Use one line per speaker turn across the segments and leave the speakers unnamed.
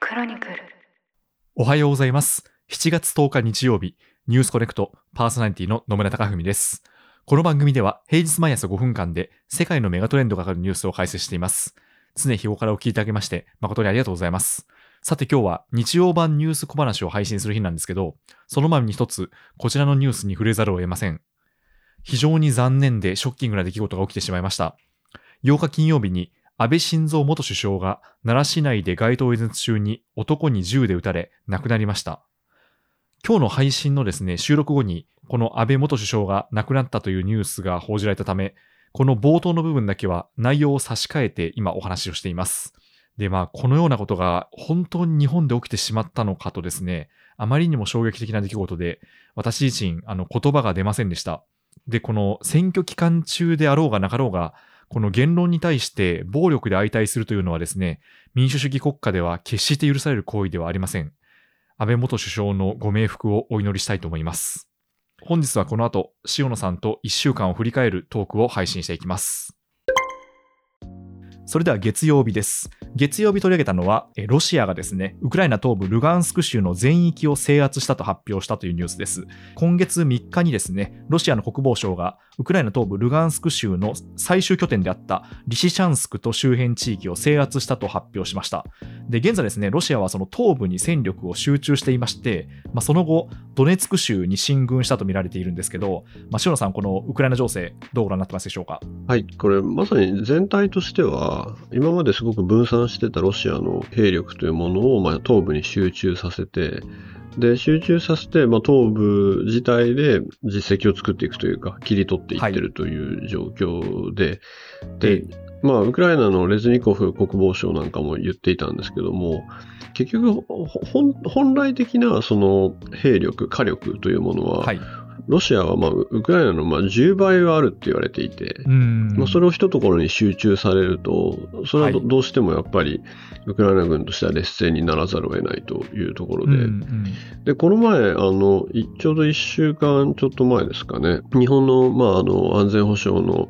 クロニクル
おはようございます。7月10日日曜日、ニュースコネクトパーソナリティの野村貴文です。この番組では平日毎朝5分間で世界のメガトレンドがかかるニュースを解説しています。常日頃からお聞きいただきまして誠にありがとうございます。さて今日は日曜版ニュース小話を配信する日なんですけど、その前に一つこちらのニュースに触れざるを得ません。非常に残念でショッキングな出来事が起きてしまいました。8日金曜日に安倍晋三元首相が奈良市内で街頭演説中に男に銃で撃たれ亡くなりました。今日の配信のですね、収録後にこの安倍元首相が亡くなったというニュースが報じられたため、この冒頭の部分だけは内容を差し替えて今お話をしています。で、まあ、このようなことが本当に日本で起きてしまったのかとですね、あまりにも衝撃的な出来事で、私自身、あの、言葉が出ませんでした。で、この選挙期間中であろうがなかろうが、この言論に対して暴力で相対するというのはですね、民主主義国家では決して許される行為ではありません。安倍元首相のご冥福をお祈りしたいと思います。本日はこの後、塩野さんと1週間を振り返るトークを配信していきます。それでは月曜日です。月曜日取り上げたのは、えロシアがですね、ウクライナ東部ルガンスク州の全域を制圧したと発表したというニュースです。今月3日にですね、ロシアの国防省がウクライナ東部ルガンスク州の最終拠点であったリシチャンスクと周辺地域を制圧したと発表しました。で、現在ですね、ロシアはその東部に戦力を集中していまして、まあ、その後、ドネツク州に進軍したと見られているんですけど、まあ、塩野さん、このウクライナ情勢、どうご覧になってますでしょうか。
はい、これまさに全体としては今まですごく分散してたロシアの兵力というものを、まあ、東部に集中させてで集中させて、まあ、東部自体で実績を作っていくというか切り取っていってるという状況で、
え
で、まあ、ウクライナのレズニコフ国防相なんかも言っていたんですけども結局ほ本本来的なその兵力火力というものは、
はい。
ロシアは、まあ、ウクライナのまあ10倍はあるって言われていて、
うん。
まあ、それを一ところに集中されると、それはど,、
はい
どうしてもやっぱりウクライナ軍としては劣勢にならざるを得ないというところ
うん
で、
うん
でこの前あの、いちょうど1週間ちょっと前ですかね、日本の,、まあ、あの安全保障の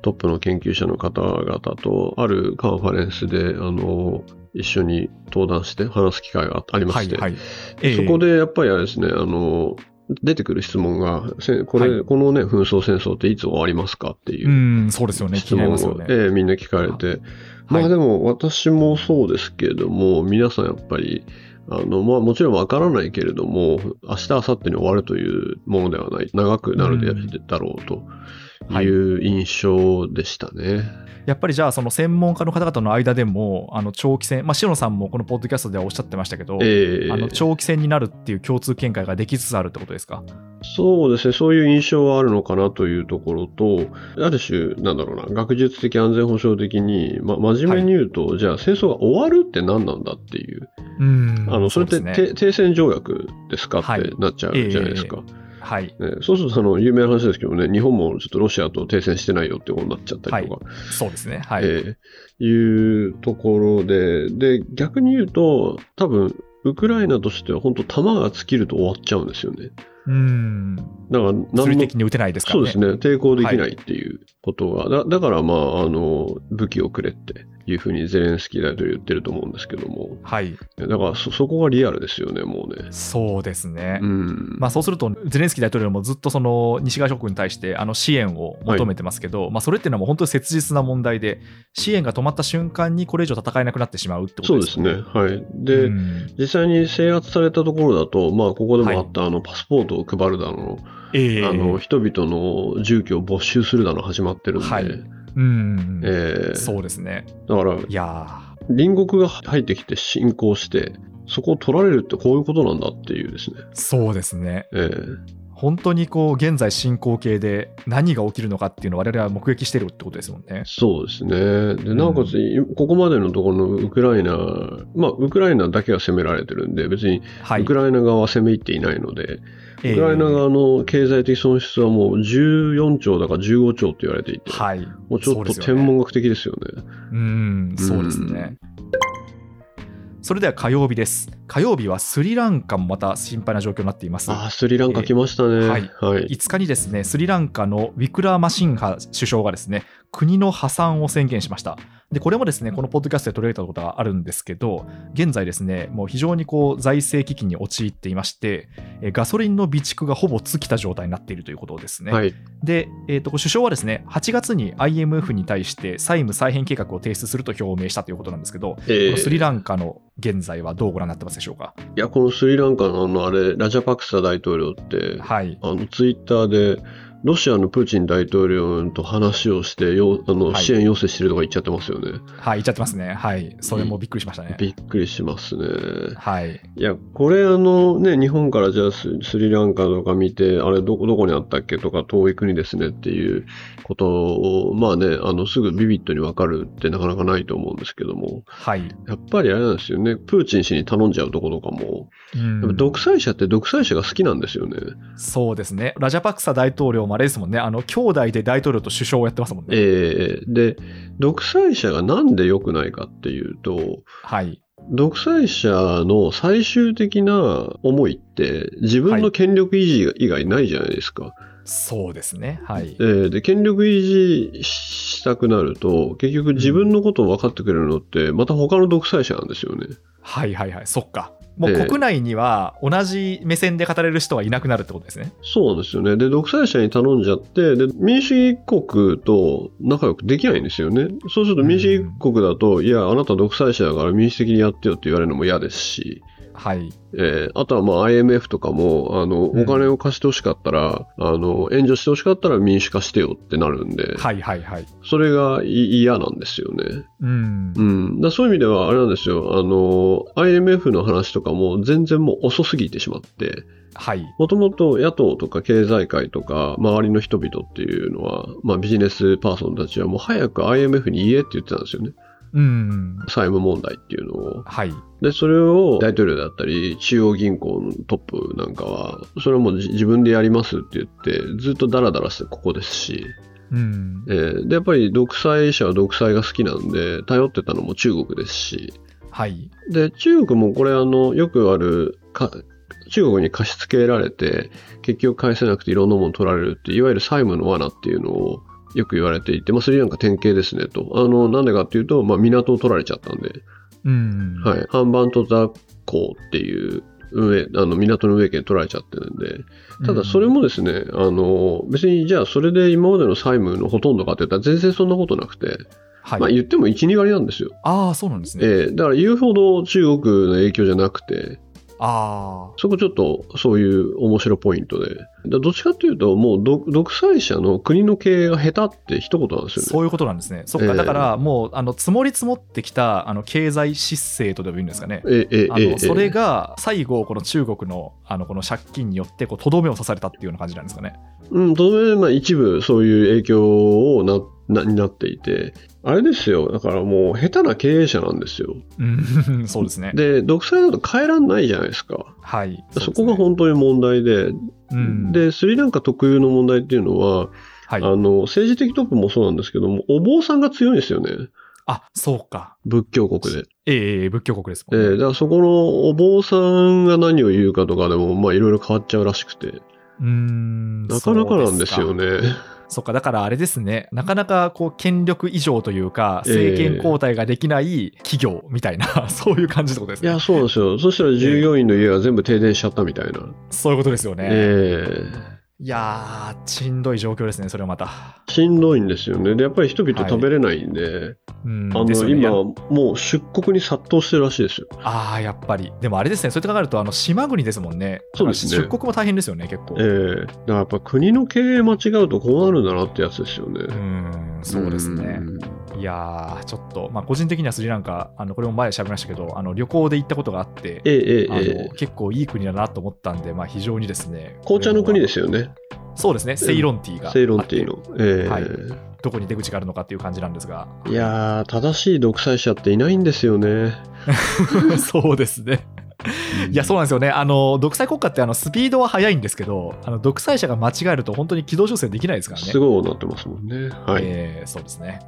トップの研究者の方々と、あるカンファレンスであの一緒に登壇して話す機会がありま
は
し
い、
て、
はい。ええ
そこでやっぱりあれですね、あの出てくる質問が、せこれ
は、
この、ね、紛争、戦争っていつ終わりますかっていううん
そうですよね。気
質
になり
問
ますよ
を、
ね。
ええみんな聞かれて、
はい
まあでも私もそうですけれども、皆さんやっぱり、あのまあ、もちろんわからないけれども、明日明後日に終わるというものではない、長くなるでだろうと
はい
いう印象でしたね。
やっぱりじゃあ、その専門家の方々の間でも、あの長期戦、まあ、塩野さんもこのポッドキャストではおっしゃってましたけど、
ええ
あの長期戦になるっていう共通見解ができつつあるってことですか。
そうですね、そういう印象はあるのかなというところと、ある種、なんだろうな、学術的、安全保障的に、ま、真面目に言うと、じゃあ戦争が終わるって何なんだっていう、
うん
あのそれって
うですね
て停戦条約ですか
は
っ
い
てなっちゃうじゃないですか。
はい、
ねそうするとあの、有名な話ですけどね、日本もちょっとロシアと停戦してないよってことになっちゃったりとか、
そうですね。はい。
えーいうところで、で、逆に言うと、多分ウクライナとしては本当、弾が尽きると終わっちゃうんですよね。
うん。
だから
物
何
理
も
的に打てないですから
そう
ね。
ですね、抵抗できないっていうことが、だだから、まああの、武器をくれっていうふうにゼレンスキー大統領言ってると思うんですけども、
はい。
だからそそこがリアルですよね、もうね。
そうですね。
うん
まあ、そうすると、ゼレンスキー大統領もずっとその西側諸国に対してあの支援を求めてますけど、まあ、それっていうのはもう本当に切実な問題で、支援が止まった瞬間にこれ以上戦えなくなってしまうってこ
そ
と
う
で
ですす
よ
ね、はい。で、
うん
実際に制圧されたところだと、まあ、ここでもあった、あのパスポートを配るだの、
ええ
あの人々の住居を没収するだの始まってるんで、
はいうん、
えー
そうですね。
だから
いや
隣国が入ってきて侵攻して、そこを取られるってこういうことなんだっていうですね。
ーそうですね。
えー
本当にこう現在進行形で何が起きるのかっていうのを我々は目撃してるってことですもんね。
そうですね。で、なおかつ、ここまでのところのウクライナ、まあ、ウクライナだけが攻められてるんで、別に
はい、
ウクライナ側は攻め入っていないので、ウクライナ
え
側の経済的損失はもう14兆だから15兆と言われていて、
ーはい、
もうちょ
そ
っ
うで
と
すよ
天
ね
文学的ですよね。
うん、そうですね。それでは火曜日です。火曜日はスリランカもまた心配な状況になっています。
あースリランカ来ましたね。
えー
はい。はい。
5日にですねスリランカのウィクラマシンハ首相がですね国の破産を宣言しました。でこれもですねこのポッドキャストで取り上げたことがあるんですけど、現在ですねもう非常にこう財政危機に陥っていまして、えーガソリンの備蓄がほぼ尽きた状態になっているということですね。
はい。
で、えーと首相はですね8月に IMF に対して債務再編計画を提出すると表明したということなんですけど、
え
この
ー
スリランカの現在はどうご覧になってますでしょうか。
いや、このスリランカのあの、あれ、ラジャパクサ大統領って、
はい
あの、ツイッターで、ロシアのプーチン大統領と話をしてよあの
はい
支援要請してるとか言っちゃってますよね、
はい、言っちゃってますね。はい、それもびっくりしましたね。
びっくりしますね。
はい、
いや、これあのね、日本からじゃあススリランカとか見て、あれどこ、どこにあったっけとか、遠い国ですねっていうことを、まあね、あの、すぐビビットにわかるってなかなかないと思うんですけども、
はい。
やっぱりあれなんですよね、プーチン氏に頼んじゃうとことかも、
うん
やっぱ独裁者って独裁者が好きなんですよね。
そうですね。ラジャパクサ大統領もあれですもんね。あの、兄弟で大統領と首相をやってますもんね。
えーで、独裁者がなんで良くないかっていうと、
はい。
独裁者の最終的な思いって、自分の権力維持以外ないじゃないですか。
そうですね。はい
え。ーで権力維持したくなると結局自分のことを分かってくれるのってまた他の独裁者なんですよね。
はいはいはい。そっか。もう
ええ
国内には同じ目線で語れる人はいなくなるってことですね。
そうなんですよね。で独裁者に頼んじゃってで民主主義国と仲良くできないんですよね。そうすると民主主義国だと、いやあなた独裁者だから民主的にやってよって言われるのも嫌ですし。
はい。
えーあとはまあ IMF とかもあの
うん
お金を貸してほしかったら、あの援助してほしかったら民主化してよってなるんで、
はいはいはい。
それがい嫌なんですよね。
うん
う。ん、だそういう意味では、あれなんですよ、あの、IMF の話とかも全然もう遅すぎてしまって、
はい。
もともと野党とか経済界とか、周りの人々っていうのは、まあ、ビジネスパーソンたちは、もう早く IMF に言えって言ってたんですよね、
うん。
債務問題っていうのを。
はい。
で、それを大統領だったり、中央銀行のトップなんかは、それはもうじ自分でやりますって言って、ずっとダラダラしてここですし、
うん
え。ーで、やっぱり独裁者は独裁が好きなんで、頼ってたのも中国ですし、
はい。
で中国もこれあのよくあるか中国に貸し付けられて結局返せなくていろんなもの取られるっていわゆる債務の罠っていうのをよく言われていて、まあ、スリランカ典型ですねとあのなんでかっていうと、まあ、港を取られちゃったんで、
うん。
はい、ハンバントザ港っていう運営あの港の運営権取られちゃってるんでただそれ
も。
もですね、あの別にじゃあそれで今までの債務のほとんどかって言ったら全然そんなことなくて、まあ、
はい。
言っても12割なんですよ
ああ、そうなんですね。
ええだから言うほど中国の影響じゃなくて、
あ
そこちょっとそういう面白いポイントで、だどっちかというと、もうど独裁者の国の経営が下手って一言なんで
あ、
すよ
そ
ね。
ういうことなんですね。そっ
え
か。
え
だから、もう、あの、積もり積もってきた、あの、経済失勢とでも言うんですかね。
ええええ
あ
ええ
のそれが最後、この中国のあのこの借金によってこうとどめを刺されたっていうような感じなんですかね。
うん、とどめ、まあ、一部そういう影響をななになっていて、あれですよ、だからもう下手な経営者なんですよ。
うん、そうですね。
で、独裁だと変えらんないじゃないですか。
はい。
そう
ですね
こが本当に問題で、
うん、
で、スリランカ特有の問題っていうのは、
はい、
あの政治的トップもそうなんですけども、お坊さんが強いんですよね、
あそうか。
仏教国で。
ええええ仏教国です
え
もんね、
ーだからそこのお坊さんが何を言うかとかでも、まあいろいろ変わっちゃうらしくて、
うーん。
なかなかなんですよ
ね。
ね。
そっか、だからあれですね、なかなかこう権力以上というか、政権交代ができない企業みたいな、 そういう感じってことです
い
ね
や、。そうなんですよ。そしたら従業員の家が全部停電しちゃったみたいな。
そういうことですよね。
え
いやー、しんどい状況ですね、それはまた。
ーしんどいんですよね。で、やっぱり人々食べれないんで、
うん、
あ
です
の、
よね
今、もう出国に殺到してるらしいですよ。
ああ、やっぱり。でもあれですね、そうやって考えると、あの島国ですもんね。
そうですね
だから出国も大変ですよね、結構。
えーだからやっぱ国の経営間違うとこうなるんだなってやつですよ
う
ね。
ーん、そうですね。
ん
いやー、ちょっと、まあ、個人的にはスリランカ、あのこれも前喋りましたけど、あの旅行で行ったことがあって、
えーえー
あ
え
の結構いい国だなと思ったんで、まあ、非常にですね。。
ー紅茶の国ですすよね。
そうですね、セイロンティーが。
セイロンティー。の。えー
はいどこに出口があるのかっていう感じなんです が。
いやー、正しい独裁者っていないんですよね。
そうですね。いやそうなんですよねあの独裁国家ってあのスピードは速いんですけどあの独裁者が間違えると本当に軌道修正できないですからね。
すごいことになってますもんね。はい。
えーそうですね。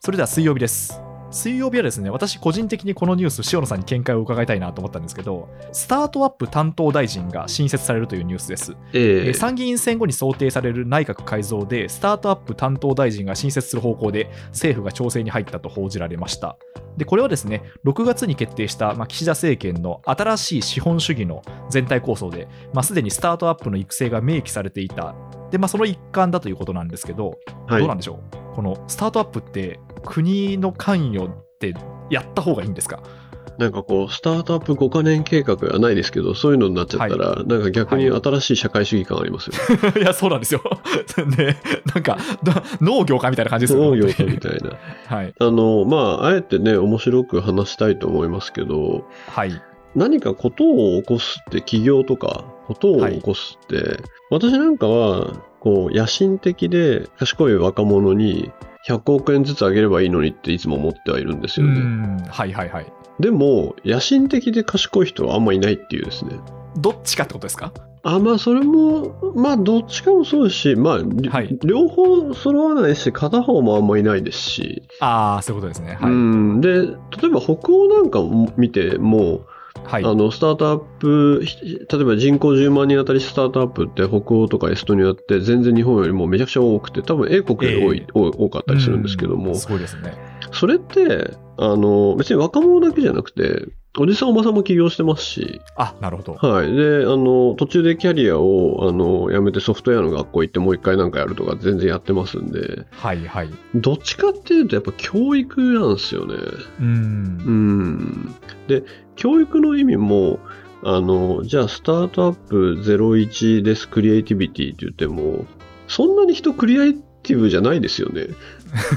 それでは水曜日です。水曜日はですね、私個人的にこのニュース、塩野さんに見解を伺いたいなと思ったんですけど、スタートアップ担当大臣が新設されるというニュースです。え
え
ー参議院選後に想定される内閣改造で、スタートアップ担当大臣が新設する方向で、政府が調整に入ったと報じられました。で、これはですね、6月に決定した、まあ、岸田政権の新しい資本主義の全体構想で、まあ、すでにスタートアップの育成が明記されていた、で、まあ、その一環だということなんですけど、
は
どうないんでしょう、このスタートアップって、国の関与ってやった方がいいんですか
なんかこうスタートアップ5カ年計画はないですけどそういうのになっちゃったら、なんか逆に新しい社会主義感ありますよ、
いや、 そうなんですよ。 で、なんか、だ農業かみたいな感 じですよ
農
ね。
業
本当に
みたいな
はい。
あのまああえてね面白く話したいと思いますけど
はい。
何かことを起こすって企業とかことを起こすって、私なんかはこう野心的で賢い若者に100億円ずつあげればいいのにっていつも思ってはいるんです
う
よね、
ん。はいはいはい。
でも野心的で賢い人はあんまいないっていうですね
どっちかってことですか
あまあそれもまあどっちかもそうですしまあ、り
はい
両方揃わないし片方もあんまいないですし、
ああ、そういうことですね。は
う
い。
んで例えば北欧なんかも見ても
はい。
あのスタートアップひ例えば人口10万人あたりスタートアップって北欧とかエストニアって全然日本よりもめちゃくちゃ多くて多分英国より多い、
ええ
多多かったりするんですけども、
うすごいですね。
それってあの別に若者だけじゃなくておじさんおばさんも起業してますし、
あ、なるほど。
はい、であの途中でキャリアをあの辞めてソフトウェアの学校行ってもう一回なんかやるとか全然やってますんで
はいはい。
どっちかっていうとやっぱ教育なんですよね。
う。
うんんで教育の意味もあのじゃあスタートアップ01ですクリエイティビティって言ってもそんなに人クリエイティブじゃないですよね。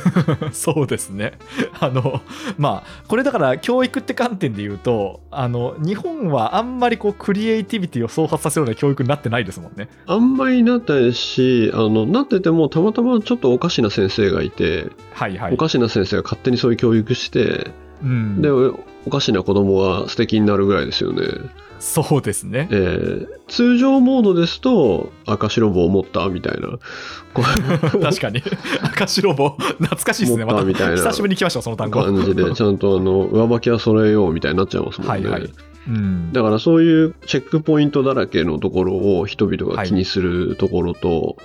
そうですね。あの、まあ、これだから教育って観点で言うと、あの、日本はあんまりこう、クリエイティビティを創発させるような教育になってないですもんね。
あんまりなったりしあのなっててもたまたまちょっとおかしな先生がいて、
はいはい。
おかしな先生が勝手にそういう教育して
うん
でおおかしな子供が素敵になるぐらいですよね。
そうですね
え。ー通常モードですと赤白棒を持ったみたいな。こう
確かに。赤白棒、懐かしいですね。
持
ま
った
た、
みたいな
久しぶりに来ましたよ、その単語。
感じで、ちゃんとあの上履きは揃えようみたいになっちゃいますもんね。
はいはいうん。
だからそういうチェックポイントだらけのところを人々が気にするところと、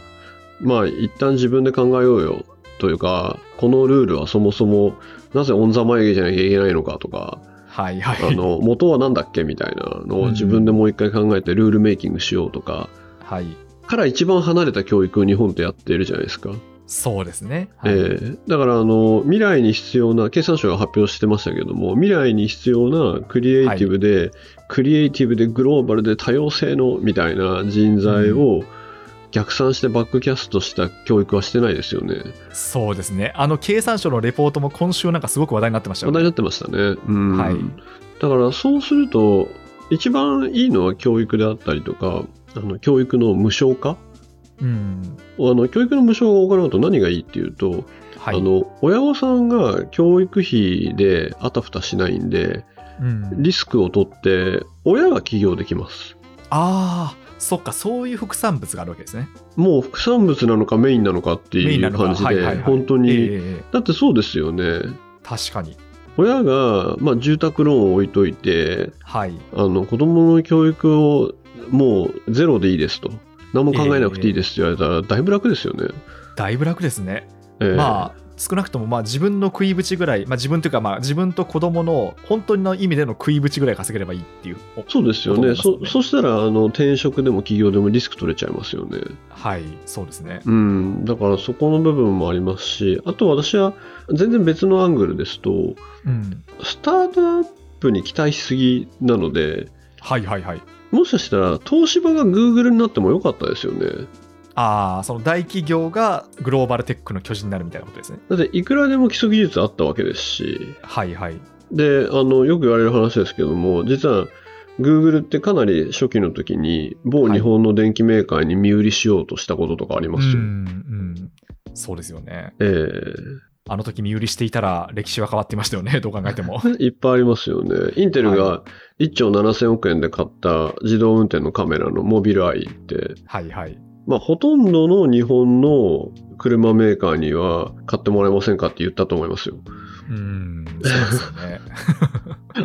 まあ一旦自分で考えようよというか、このルールはそもそもなぜオンザ眉毛じゃなきゃいけないのかとか、
はいは
あ
い。
の元は何だっけみたいなのを自分でもう一回考えてルールメイキングしようとか、
はい。
から一番離れた教育を日本ってやってるじゃないですか。
そうですね。はい
えーだからあの未来に必要な経産省が発表してましたけども未来に必要なクリエイティブで、クリエイティブでグローバルで多様性のみたいな人材を逆算してバックキャストした教育はしてないですよね
そうですね。あの経産省のレポートも今週なんかすごく話題になってました
話
よ
題に
ね。
なってましたね、うん
はい
だからそうすると一番いいのは教育であったりとかあの教育の無償化
うん。
あの教育の無償が行うと何がいいっていうと、
はい。
あの親御さんが教育費であたふたしないんで、
うん、
リスクを取って親が起業できます
ああ、そっか、そういう副産物があるわけですね。
もう副産物なのかメインなのかって
メイ
い
ンな
う
のか
感じ
はいはいは
で
い
本当
ええ
に
ええ
だってそうですよね
確かに。
親が、まあ、住宅ローンを置いといて
はい。
あの子供の教育をもうゼロでいいですと何も考えなくていいですって言われたらだいぶ楽ですよね、
だいぶ楽ですね。
ええ
まあ、少なくともまあ自分の食いぶちぐらい、まあ、自分というかまあ自分と子供の本当の意味での食いぶちぐらい稼げればいいっていう。お
そうです
そう
よね
思いますね
そそしたらあの転職でも起業でもリスク取れちゃいますよね
はい、そうですね。
うんだからそこの部分もありますしあと私は全然別のアングルですと
うん。
スタートアップに期待しすぎなので、
はいはいはい。
もしかしたら東芝が Google になってもよかったですよね。
ああ、その大企業がグローバルテックの巨人になるみたいなことですね。
だっていくらでも基礎技術あったわけですし、
はいはい。
で、あの、よく言われる話ですけども、実は Google ってかなり初期の時に某日本の電機メーカーに身売りしようとしたこととかあり
う
ま
ん、う
すよ。
ん。そうですよね。
え
あの時身売りしていたら歴史は変わっていましたよね、どう 考えても。
えいっぱいありますよね。インテルが1兆7000億円で買った自動運転のカメラのモビルアイって、
はいはい。
まあ、ほとんどの日本の車メーカーには買ってもらえませんかって言ったと思いますよ。
うん、そうですよね。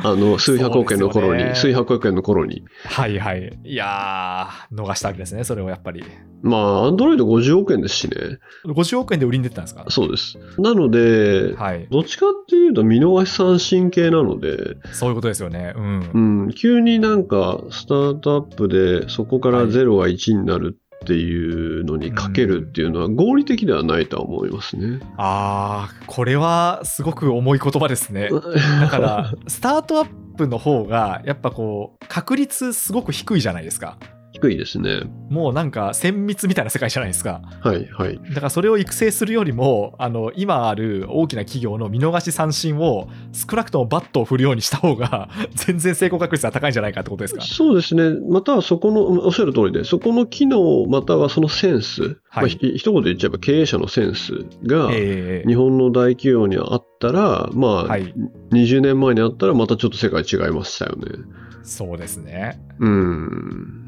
あの、数百億円の頃
そう
に、
ですよね
数百億円の頃に。
はいはい。いやー、逃したわけですね、それをやっぱり。
まあ、アンドロイド50億円ですしね。
50億円で売りに出てたんですか
そうです。なので、
はい。
どっちかっていうと見逃し三振系なので、
そういうことですよね。うん。
うん、急になんかスタートアップでそこから
はい
0が1になるっていうのにかけるっていうのは合理的ではないとは思いますね。
あー、これはすごく重い言葉ですね。だから、スタートアップの方が、やっぱこう、確率すごく低いじゃないですか。
低いですね。
もうなんか、綿密みたいな世界じゃないですか。
はいはい。
だからそれを育成するよりも、あの、今ある大きな企業の見逃し三振を、少なくともバットを振るようにした方が、 全然成功確率は高いんじゃないかってことですか。
そうですね。またはそこの、うんおっしゃる通りで、そこの機能、またはそのセンス、
はい
まあ、ひ一言で言っちゃえば経営者のセンスが、
ええ
日本の大企業にあったら、まあ、
はい
20年前にあったら、またちょっと世界違いましたよね。
そうですね。
うん。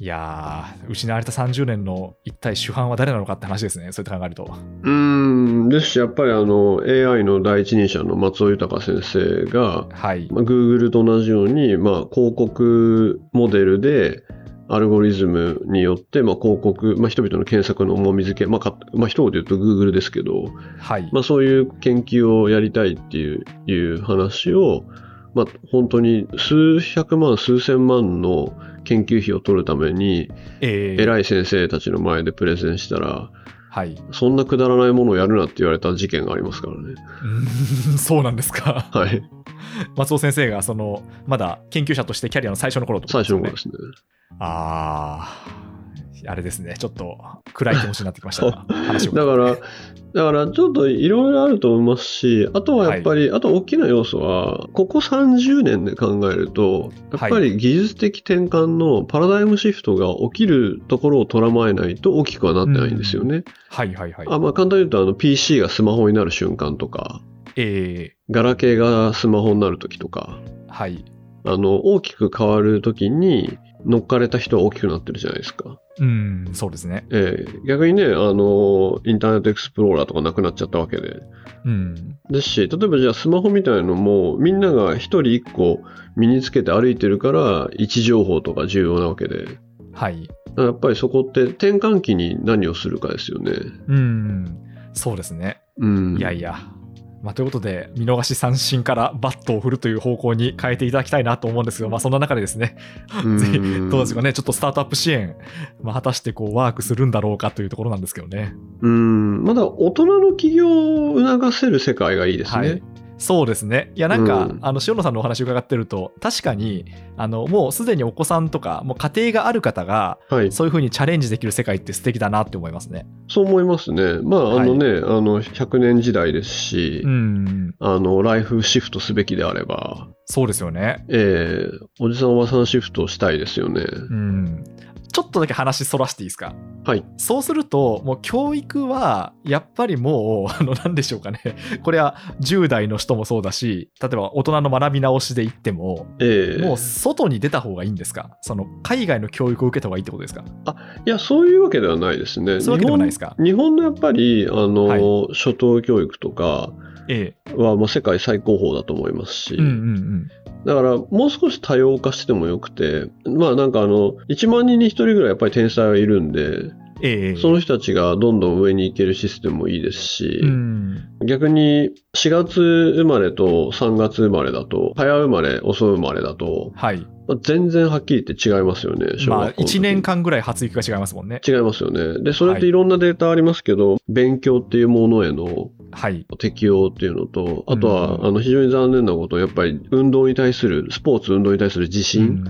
いやー、失われた30年の一体主犯は誰なのかって話ですね、そうやって考えると。
うんですし、やっぱりあの AI の第一人者の松尾豊先生が、
はい。
まあ Google と同じように、まあ、広告モデルで、アルゴリズムによって、まあ、広告、まあ、人々の検索の重みづけ、まあかまあ、一言で言うと Google ですけど、
はい。
まあ、そういう研究をやりたいっていういう話を、まあ、本当に数百万、数千万の研究費を取るために、
ええ
偉い先生たちの前でプレゼンしたら、
はい。
そんなくだらないものをやるなって言われた事件がありますからね。
うん そうなんです か。
はい。
松尾先生が、その、まだ研究者としてキャリアの最初の頃ってこと
最
ですよ
初の
ね
頃ですね。
あー、あれですね、ちょっと暗い気持ちになってきましたが、話を聞いて
だから、だからちょっといろいろあると思いますし、あとはやっぱり、あと大きな要素は、ここ30年で考えると、やっぱ
は
り技術的転換のパラダイムシフトが起きるところを捉まえないと大きくはなってないんですよね。
はいはいはい。
あまあ、簡単に言うとあの、PC がスマホになる瞬間とか、
ええ
ガラケーがスマホになる時とか、
はい。
あの大きく変わる時に乗っかれた人は大きくなってるじゃないですか。
うん、そうですね。
ええ逆にね、あの、インターネットエクスプローラーとかなくなっちゃったわけで。
うん。
ですし、例えばじゃあスマホみたいのも、みんなが一人一個身につけて歩いてるから、位置情報とか重要なわけで。だか
はい。
らやっぱりそこって転換期に何をするかですよね。
うん、そうですね。
うん。
いやいや。まあ、ということで、見逃し三振からバットを振るという方向に変えていただきたいなと思うんですが、まあ、そんな中でですね、
うん
ぜひ、 どうですかね、ちょっとスタートアップ支援、まあ、果たしてこうワークするんだろうかというところなんですけどね。
うん。まだ大人の企業を促せる世界がいいですね。
はいそうですね。いや、なんか、
うん
あの、塩野さんのお話伺ってると、確かに、あの、もうすでにお子さんとか、もう家庭がある方が、
はい。
そういうふうにチャレンジできる世界って素敵だなって思いますね。
そう思いますね。まあ、あのね、あの、100年時代ですし、
うん、
あの、ライフシフトすべきであれば、
そうですよね。
ええおじさんおばさんシフトしたいですよね。
うん、ちょっとだけ話そらしていいですか
はい
そうするともう教育はやっぱりもうあの何でしょうかね これは10代の人もそうだし例えば大人の学び直しで言っても
ええ
もう外に出た方がいいんですかその海外の教育を受けた方がいいってことですか
いや、そういうわけではないですね。
そういうわけではないですか
日本日本のやっぱり、あの、
はい
初等教育とか
え
は、まあ、世界最高峰だと思いますし、
えうんうんうん
だから、もう少し多様化してもよくて、まあ、なんかあの、1万人に1人ぐらいやっぱり天才はいるんで、
ええ
その人たちがどんどん上に行けるシステムもいいですし、
うん
逆に4月生まれと3月生まれだと、早生まれ、遅生まれだと、
はい
まあ全然はっきり言って違いますよね、小学校
まあ
の時
1年間ぐらい発育が違いますもんね
違いますよね。で、それっ
は
て
い
いろんなデータありますけど、勉強っていうものへの
はい
適用っていうのと、あとは、
うん
あの非常に残念なこと、やっぱり運動に対する、スポーツ運動に対する自
う
信
ん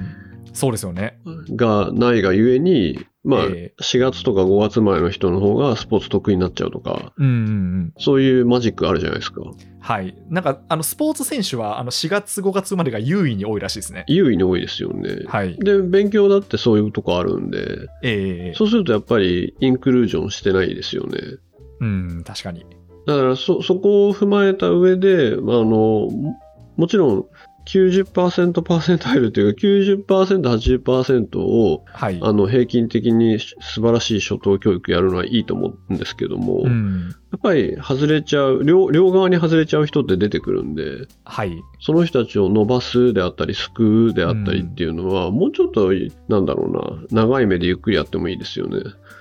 そうですよね
がないがゆえに、まあ、
ええ
4月とか5月前の人の方がスポーツ得意になっちゃうとか、
うんうんうん
そういうマジックあるじゃないですか。
はい、なんかあのスポーツ選手はあの4月、5月生まれが優位に多いらしいですね。
優位に多いですよね。
はい、
で、勉強だってそういうとこあるんで、
えー
そうするとやっぱりインクルージョンしてないですよね。
うん、確かに。
だからそそこを踏まえた上で、まあ、あのももちろん90%パーセンタイルというか、90%、80%を、
はい。
あの、平均的に素晴らしい初等教育やるのはいいと思うんですけども、
う
や
ん。
っぱり外れちゃう両、両側に外れちゃう人って出てくるんで、
はい。
その人たちを伸ばすであったり、救うであったりっていうのは、もうちょっと、なんだろうな、長い目でゆっくりやってもいいですよね。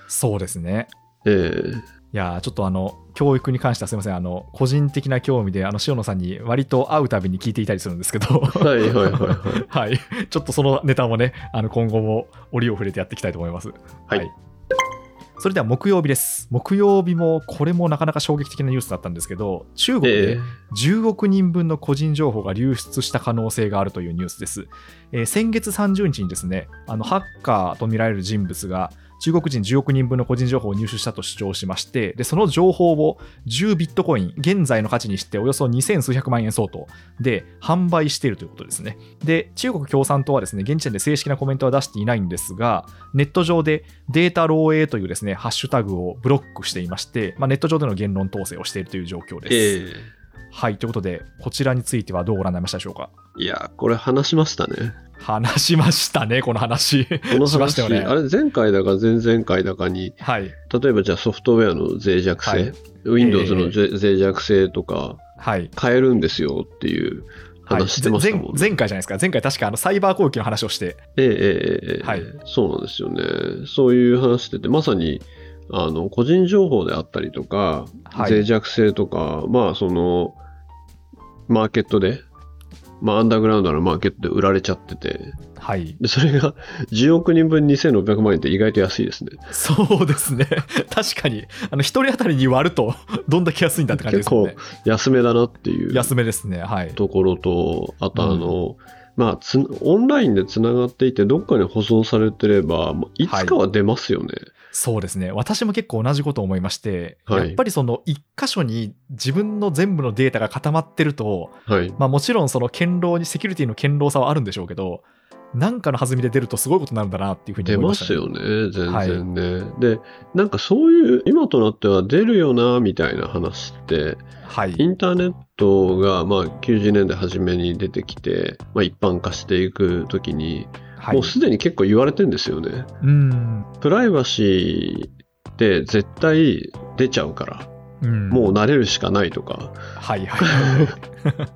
そうですね。
ええ
いやーちょっとあの教育に関してはすみませんあの個人的な興味であの塩野さんに割と会うたびに聞いていたりするんですけど
はいはいはいは
は
い。
い ちょっとそのネタもねあの今後も折を触れてやっていきたいと思います
はい
それでは木曜日です木曜日もこれもなかなか衝撃的なニュースだったんですけど中国
え
で
え
10億人分の個人情報が流出した可能性があるというニュースです。えー先月30日にですね、あのハッカーと見られる人物が中国人10億人分の個人情報を入手したと主張しまして、でその情報を10ビットコイン、現在の価値にしておよそ2000数百万円相当で販売しているということですね。で、中国共産党はですね、現時点で正式なコメントは出していないんですが、ネット上でデータ漏洩というですね、ハッシュタグをブロックしていまして、まあ、ネット上での言論統制をしているという状況です。
ええ
はい、ということで、こちらについてはどうご覧になりましたでしょうか。
いや、これ話しましたね。
話しましたね、この話。
この
しまし
話、
たよね
あれ、前回だか前々回だかに、
はい、
例えばじゃあソフトウェアの脆弱性、
はい
Windows のぜ脆弱性とか
はい。
変えるんですよっていう
はい、
話してました
前
もんね。
前回じゃないですか、前回確かあのサイバー攻撃の話をして、
ええええええ
はい
そうなんですよね。そういう話してて、まさにあの個人情報であったりとか、
はい
脆弱性とか、まあそのマーケットで、まあ、アンダーグラウンドのマーケットで売られちゃってて、
はい、
でそれが10億 人分2600万円って意外と安いですね。
そうですね、 確かに、あの一人当たりに割ると、どんだけ安いんだって感じですもんね。
安めだなっていう
安めですね、はい。
ところと、あとあの、まあつ、オンラインでつながっていて、どっかに保存されてれば、もういつかは出ますよね。
そうですね、私も結構同じこと思いまして、
はい
やっぱりその一箇所に自分の全部のデータが固まってると、
はい。
まあ、もちろんその堅牢にセキュリティの堅牢さはあるんでしょうけどなんかの弾みで出るとすごいことになるんだなっていうふうに
出
思い
ま
ました、
す
ね、
よね、全然ね。で、なんかそういう、今となっては出るよな、みたいな話って、
は
イ
い
ンターネットが、まあ、90年代初めに出てきて、まあ、一般化していくときに、
はい
もうすでに結構言われてんですよね。
うん
プライバシーって絶対出ちゃうから、
うん
もう慣れるしかないとか、
はいはい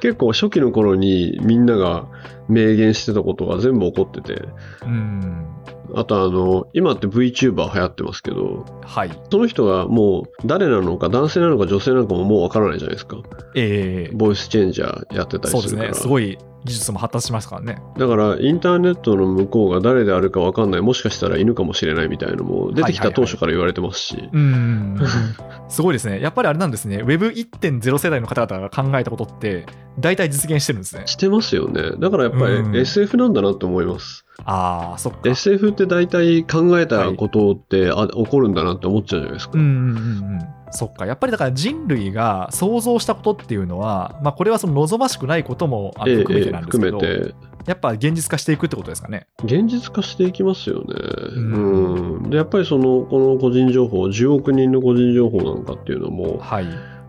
結構初期の頃にみんなが明言してたことが全部起こってて、
うん
あとあの、今って VTuber 流行ってますけど、
はい
その人がもう誰なのか男性なのか女性なのかももうわからないじゃないですか。
ええ
ボイスチェンジャーやってた
そう
り
ですす
るから。
ねすごい技術も発達しますからね
だからインターネットの向こうが誰であるかわかんない、もしかしたら犬かもしれないみたいなのも出てき
はいはいは
た
い
当初から言われてますし。
うん すごいですねやっぱりあれなんですね Web1.0 世代の方々が考えたことって大体実現してるんですね
してますよね。だからやっぱ
うん
り SF なんだなって思います。
ああそっか
SF って大体考えたことって、あ起こるんだなって思っちゃうじゃないです
う
か。
んうんうんうん、そっかやっぱりだから人類が想像したことっていうのは、まあ、これはその望ましくないこともあの
ええ
含めてなんです
含
け
め
ど、
て
やっぱ現実化していくってことですかね。
現実化していきますよね。
ん
うんでやっぱりそのこの個人情報10億人の個人情報なんかっていうのも
はい、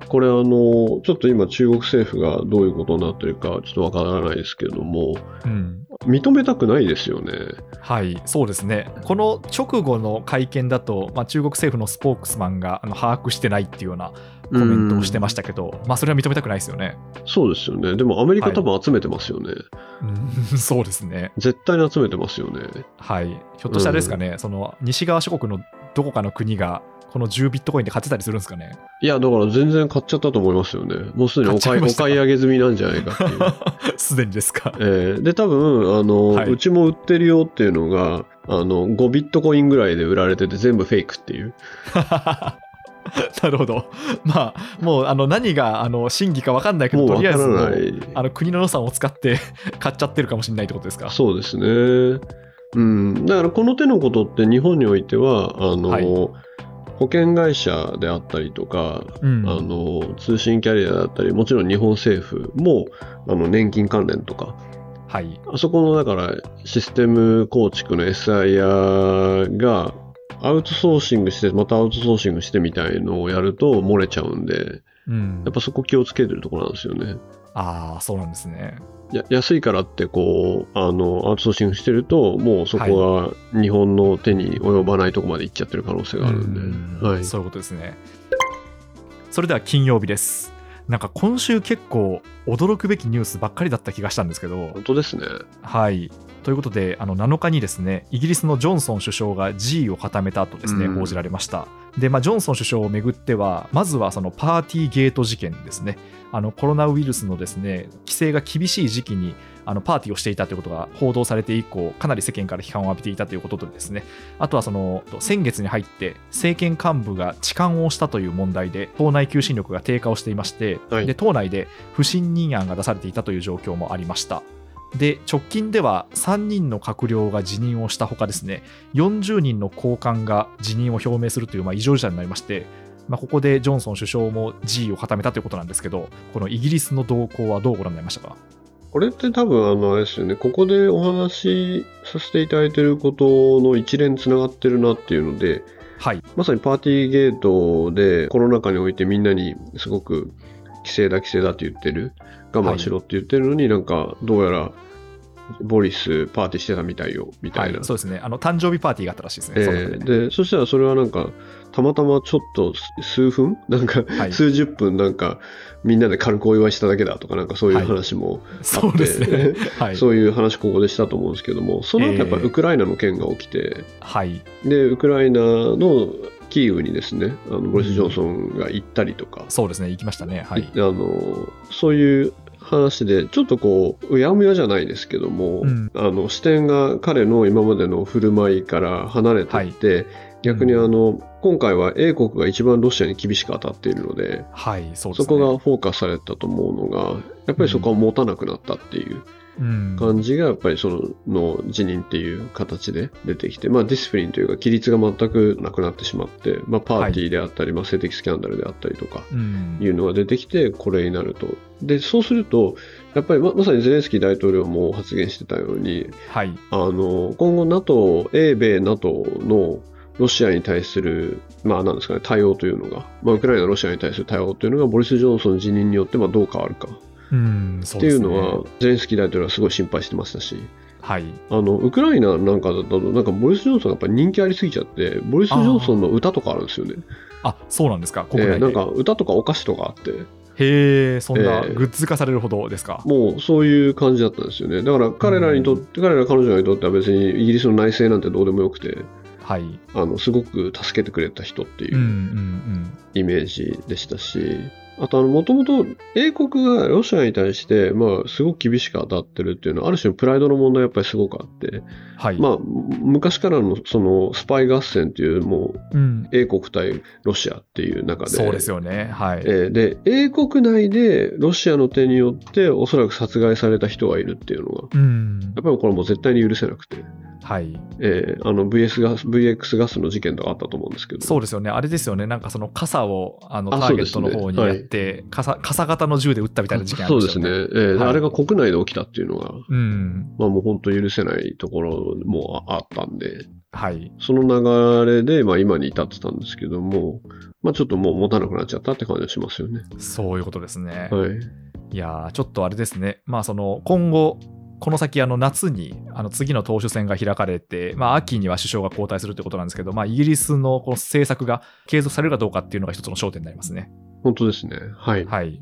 これあのちょっと今中国政府がどういうことになってるかちょっとわからないですけども
うん
認めたくないですよね。
はい、そうですねこの直後の会見だと、まあ、中国政府のスポークスマンがあの把握してないっていうようなコメントをしてましたけど、まあ、それは認めたくないですよね。
そうですよね。でもアメリカ
はい
多分集めてますよね。
うん そうですね、
絶対に集めてますよね。
はい、ひょっとしたらあれですかね、その西側諸国のどこかの国がこの10ビットコインで買ってたりするんですか ね。
いやだから全然買っちゃったと思いますよね。もうすでにお
買っちゃ
買い
いま
お
した
買い上げ済みなんじゃないかっていう。
すでにですか。
えーで多分あの、
はいう
ちも売ってるよっていうのがあの5ビットコインぐらいで売られてて全部フェイクっていう
なるほど。まあ、もうあの何があの真偽か分かんないけど、
もう
と
わ
り
か
あえず
ら
も
な
う
い
あの国の予算を使って買っちゃってるかもしれないってことですか。
そうですねうんだからこの手のことって日本においてはあの、
はい
保険会社であったりとか、
うん、
あの通信キャリアだったりもちろん日本政府もあの年金関連とか
はい。
あそこのだからシステム構築の SIR がアウトソーシングしてまたアウトソーシングしてみたいのをやると漏れちゃうんで
うん
やっぱそこ気をつけてるところなんですよね。
ああ、そうなんですね。
や安いからってこうあのアウトソーシングしてるともうそこが日本の手に及ばないとこまで行っちゃってる可能性があるんで、
うん
はい、
そういうことですねそれでは金曜日ですなんか今週結構驚くべきニュースばっかりだった気がしたんですけど
本当ですね。
はいということであの7日にですねイギリスのジョンソン首相が辞意を固めたとですね、
うん
報じられましたで、まあ、ジョンソン首相をめぐってはまずはそのパーティーゲート事件ですねあのコロナウイルスのですね規制が厳しい時期にあのパーティーをしていたということが報道されて以降かなり世間から批判を浴びていたということとですねあとはその先月に入って政権幹部が痴漢をしたという問題で党内求心力が低下をしていまして、
はい
で党内で不信任案が出されていたという状況もありました。で直近では3人の閣僚が辞任をしたほかですね40人の高官が辞任を表明するという、まあ、異常事態になりまして、まあ、ここでジョンソン首相も辞意を固めたということなんですけどこのイギリスの動向はどうご覧になりましたか
これって多分あのあれですよねここでお話しさせていただいてることの一連つながってるなっていうので
はい、
まさにパーティーゲートでコロナ禍においてみんなにすごく規制だ規制だって言ってる我慢しろって言ってるのに、なんかどうやらボリスパーティーしてたみたいよみた
はいい
な、、
そうですねあの誕生日パーティーがあったらしいですね、
え
そ
ー
の中で
でそしたらそれはなんかたまたまちょっと数分なんか
はい
数十分なんかみんなで軽くお祝いしただけだとかなんかそういう話も、
そうです ねはい
そういう話ここでしたと思うんですけどもその後やっぱ
え
り
ー
ウクライナの件が起きて、
はい
でウクライナのキーウにですねあのボリス・ジョンソンが行ったりとか、
そうですね、行きましたね。はいい
あ。のそういう話でちょっとこううやむやじゃないですけども、
うん
あの視点が彼の今までの振る舞いから離れてって、逆にあの今回は英国が一番ロシアに厳しく当たっているので
はい、そうです
そ
ね。
こがフォーカスされたと思うのがやっぱりそこは持たなくなったっていう
うん、
感じがやっぱりそのの辞任っていう形で出てきて、まあ、ディスプリンというか規律が全くなくなってしまって、まあ、パーティーであったり、まあ、性的スキャンダルであったりとか
うん
いうのが出てきてこれになるとでそうするとやっぱりままさにゼレンスキー大統領も発言してたように
はい。
あの今後 NATO 英米 NATO のロシアに対する、まあなんですかね、対応というのが、まあ、ウクライナ、ロシアに対する対応というのが、ボリス・ジョンソン辞任によってまあどう変わるか
うん、そ
っ
う
て
で
いう
すね。
のは、ゼレンスキー大統領はすごい心配してましたし、
はい。
あのウクライナなんかだと、なんかボリス・ジョンソンがやっぱ人気ありすぎちゃって、ボリス・ジョンソンの歌とかあるんですよね。
あ、そうなんですか、
え
国内で。
ーなんか歌とかお菓子とかあって、
へえ、そんな
えー
グッズ化されるほどですか。
もうそういう感じだったんですよね。だから彼らにとって、彼ら彼女らにとっては別にイギリスの内政なんてどうでもよくて、
はい。
あのすごく助けてくれた人ってい
うん、うん、う。
うんイメージでしたし、あともともと英国がロシアに対して、まあ、すごく厳しく当たってるっていうのは、ある種のプライドの問題やっぱりすごくあって、
はい。
まあ、昔からのそのスパイ合戦っていう、もう
うん。
英国対ロシアっていう中で。
そうですよね。はい。
えーで英国内でロシアの手によっておそらく殺害された人がいるっていうのが
うん
やっ。ぱりこれもう絶対に許せなくて、
はい。
えーあの VS ガス VX ガスの事件とかあったと思うんですけど
そうですよね。あれですよね。なんかその傘をあの
あ
ターゲットの方に
そう
やっ
ですね
て、傘傘型の銃で撃ったみたいな事件あり
そ
ま
う
し
で
た
す
よ
ね、
ね。
え
すね。
ー
はい
あれが国内で起きたっていうのが、
うん。
まあ、もう本当許せないところもああったんで
はい。
その流れで、まあ、今に至ってたんですけども、まあ、ちょっともう持たなくなっちゃったって感じがしますよね。
そういうことですね。
はい、
いやーちょっとあれですね、まあ、その今後、この先、あの夏にあの次の党首選が開かれて、まあ、秋には首相が交代するということなんですけど、まあ、イギリスのこの政策が継続されるかどうかっていうのが一つの焦点になりますね。
本当ですね。はい。
はい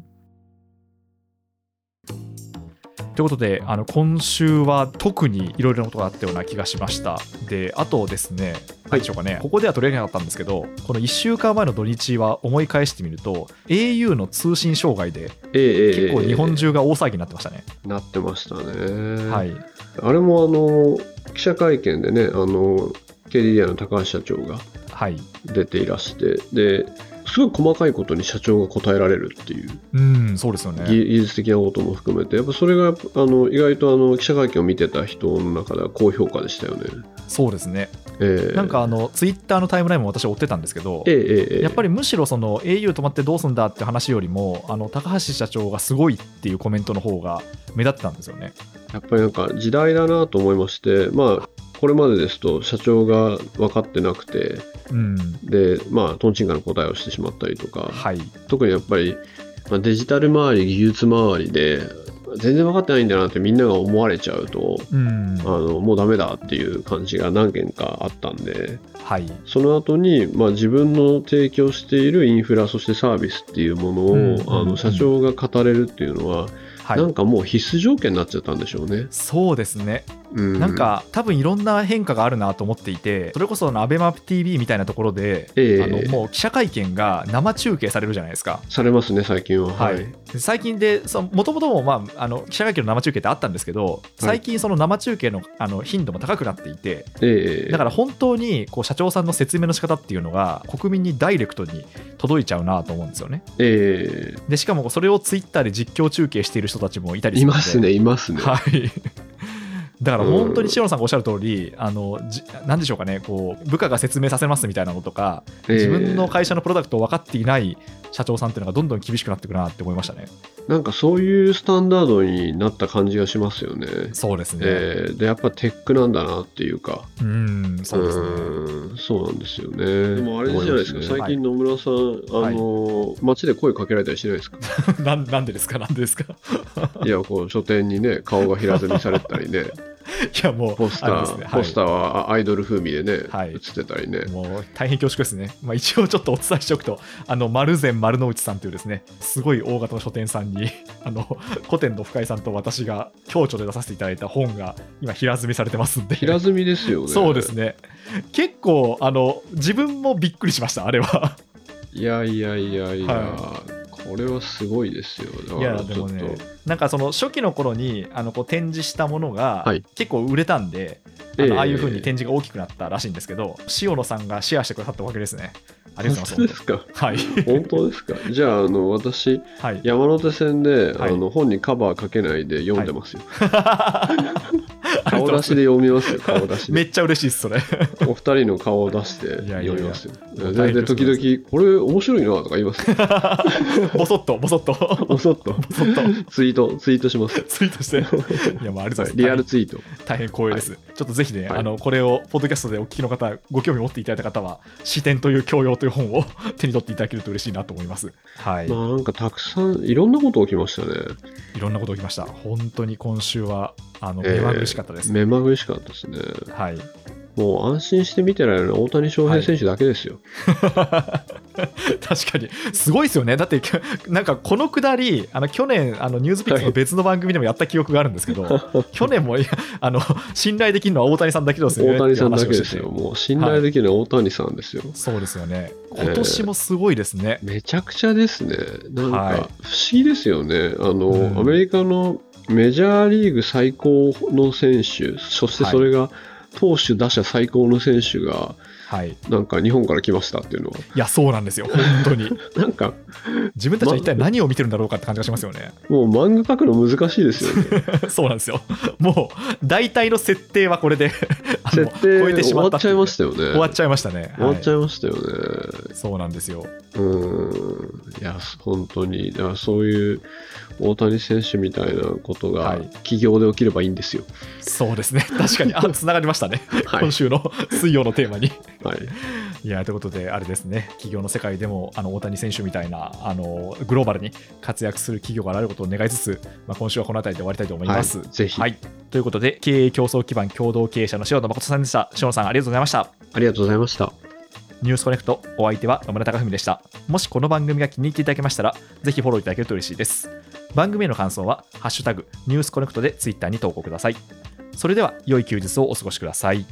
ということで、あの今週は特にいろいろなことがあったような気がしました。で、あとですね、
は
何
い
でしょうかね、ここでは取り上げなかったんですけど、この1週間前の土日は思い返してみると、au の通信障害で、
えええ
結
え
構日本
え
中が大騒ぎになってましたね。
えなってましたね。
はい、
あれもあの記者会見でね、あの KDDI の高橋社長が
はい。
出ていらして、ですごい細かいことに社長が答えられるっていう、
うん、そうですよ
技
ね。
技術的なことも含めて、やっぱそれがやっぱあの意外とあの記者会見を見てた人の中では高評価でしたよね。
そうですね。
えー
なんかあの、ツイッターのタイムラインも私追ってたんですけど
え、えええ
やっぱりむしろその au 止まってどうすんだって話よりも、あの高橋社長がすごいっていうコメントの方が目立ってたんですよね。
やっぱりなんか時代だなと思いまして、まあ、これまでですと社長が分かってなくて
うん。
でまあトンチンカンの答えをしてしまったりとか、
はい。
特にやっぱり、まあ、デジタル周り技術周りで全然分かってないんだなってみんなが思われちゃうと
うん。
あのもうダメだっていう感じが何件かあったんで
はい。
その後にまあ、自分の提供しているインフラそしてサービスっていうものを、
うん
あの社長が語れるっていうのは、
は
なん
い。
かもう必須条件になっちゃったんでしょうね。
そうですね。
う
なん、か多分いろんな変化があるなと思っていてそれこそあの ABEMATV みたいなところで、
ええ
あのもう記者会見が生中継されるじゃないですか。
されますね最近は。
は
はい
い、で最近でもともとも、まあ、あの記者会見の生中継ってあったんですけど最近その生中継のあの頻度も高くなっていて
ええ
だから本当にこう社長さんの説明の仕方っていうのが国民にダイレクトに届いちゃうなと思うんですよね
え
でしかもそれをツイッターで実況中継している人たちもいた
え
りす
い
るので
ますねいますね。
はい。だから本当に塩野さんがおっしゃる通り、あのじなんでしょうかねこう、部下が説明させますみたいなのとか、
ええ
自分の会社のプロダクトを分かっていない社長さんっていうのがどんどん厳しくなっていくなって思いましたね。
なんかそういうスタンダードになった感じがしますよね。
そうですね。
ええでやっぱテックなんだなっていうか。
うん、そうですね。
うんそうなんですよね。でもあれじゃないですか、
思いますね
最近野村さん、あの街で声かけられたりしてないですか
なんなんでですか、なんでですか。
いや、こう書店にね、顔が平積みされてたり ね、
いや、もう、
ポスタ
あれです
ー、
ねはい
ポスターはあアイドル風味でね、
はい
映ってたりね。
もう大変恐縮ですね、まあ、一応ちょっとお伝えしておくと、あの丸善丸の内さんというですね、すごい大型の書店さんに、 あの古典の深井さんと私が共著で出させていただいた本が今、平積みされてますんで、
平積みですよね。
そうですね、結構あの、自分もびっくりしました、あれは。
いやいやいやいや、
は
これはす ごいですよ。だ
い
から
や、で
ち
も
ょっと、
ね、なんかその初期の頃にあのこう展示したものが
はい
結構売れたんで、あ
ええ
のああいう風に展示が大きくなったらしいんですけど、塩野さんがシェアしてくださったおかげですね。ありがとうございま。
本当ですすか
はい、
本当ですかじゃああの私
はい、
山手線で、
はい
あの本にカバーかけないで読んでますよ、
ありがとうご
顔
ざい ま
出
す
しで読みますよ顔出 し
め
で
っちゃ嬉しいです、それ。
お二人の顔を出して
いやいやいや
読みますよ
もう
全
大
然
変
時々これ面白いなとか言いま すよ
ボソッと、ボソッと、
ぼそっと
ボソッと、
ツイートツイートします
ツイート して。いや、もうありがとうございま
はい
す。
リアルツイート
大変光栄です。ちょっとぜひね、
はい
あの、これを、ポッドキャストでお聞きの方、ご興味持っていただいた方は、視点という教養という本を 手に取っていただけると嬉しいなと思います。はい。
まあなんかたくさんいろんなこと起きましたね
いろんなこと起きました。本当に今週は、あの、
え
目
え
まぐるしかったです。
目まぐるしかったですね
はい。
もう安心して見てられるのは大谷翔平選手だけですよ、
確かにすごいですよねだってきょなんかこのくだりあの去年あのニュースピックスの別の番組でもやった記憶があるんですけど、 去年もいやあの信頼できるのは大谷さんだけですよね
大谷さんだけ
っていう話
で
をして
す
て
よもう信頼できるのは大谷さんですよ、
そうですよね今年もすごいですね、
めちゃくちゃですね。なん
はい
か不思議ですよね。あの、
うん
アメリカのメジャーリーグ最高の選手、そしてそれが、投手、打者最高の選手が、
はいい
なんか日本から来ましたっていうのは、
やそうなんですよ本当に
なんか
自分たちは一体何を見てるんだろうかって感じがしますよね
もう漫画描くの難しいですよね。
そうなんですよもう大体の設定はこれであの
設定
超えてし
終わ
ま
っ
った
ちゃいま
た
したよね。
終わっちゃいましたね
終わっちゃ
はい
ましたよね。
いそうなんですよ
うん。いや、本当に、だからそういう大谷選手みたいなこと
は
が
い
企業で起きればいいんですよ。
そうですね確かにあつながりましたね、
は い
今週の水曜のテーマに
はい。
いやということで、あれですね、企業の世界でもあの大谷選手みたいなあのグローバルに活躍する企業が現れることを願いつつ、まあ、今週はこの辺りで終わりたいと思います。
はいぜひ
はい、ということで、経営競争基盤共同経営者の塩野誠さんでした。塩野さん、ありがとうございました。
ありがとうございました。
ニュースコネクト、お相手は野村貴文でした。もしこの番組が気に入っていただけましたら、ぜひフォローいただけると嬉しいです。番組への感想は、ハッシュタグ、ニュースコネクトでツイッターに投稿ください。それでは、良い休日をお過ごしください。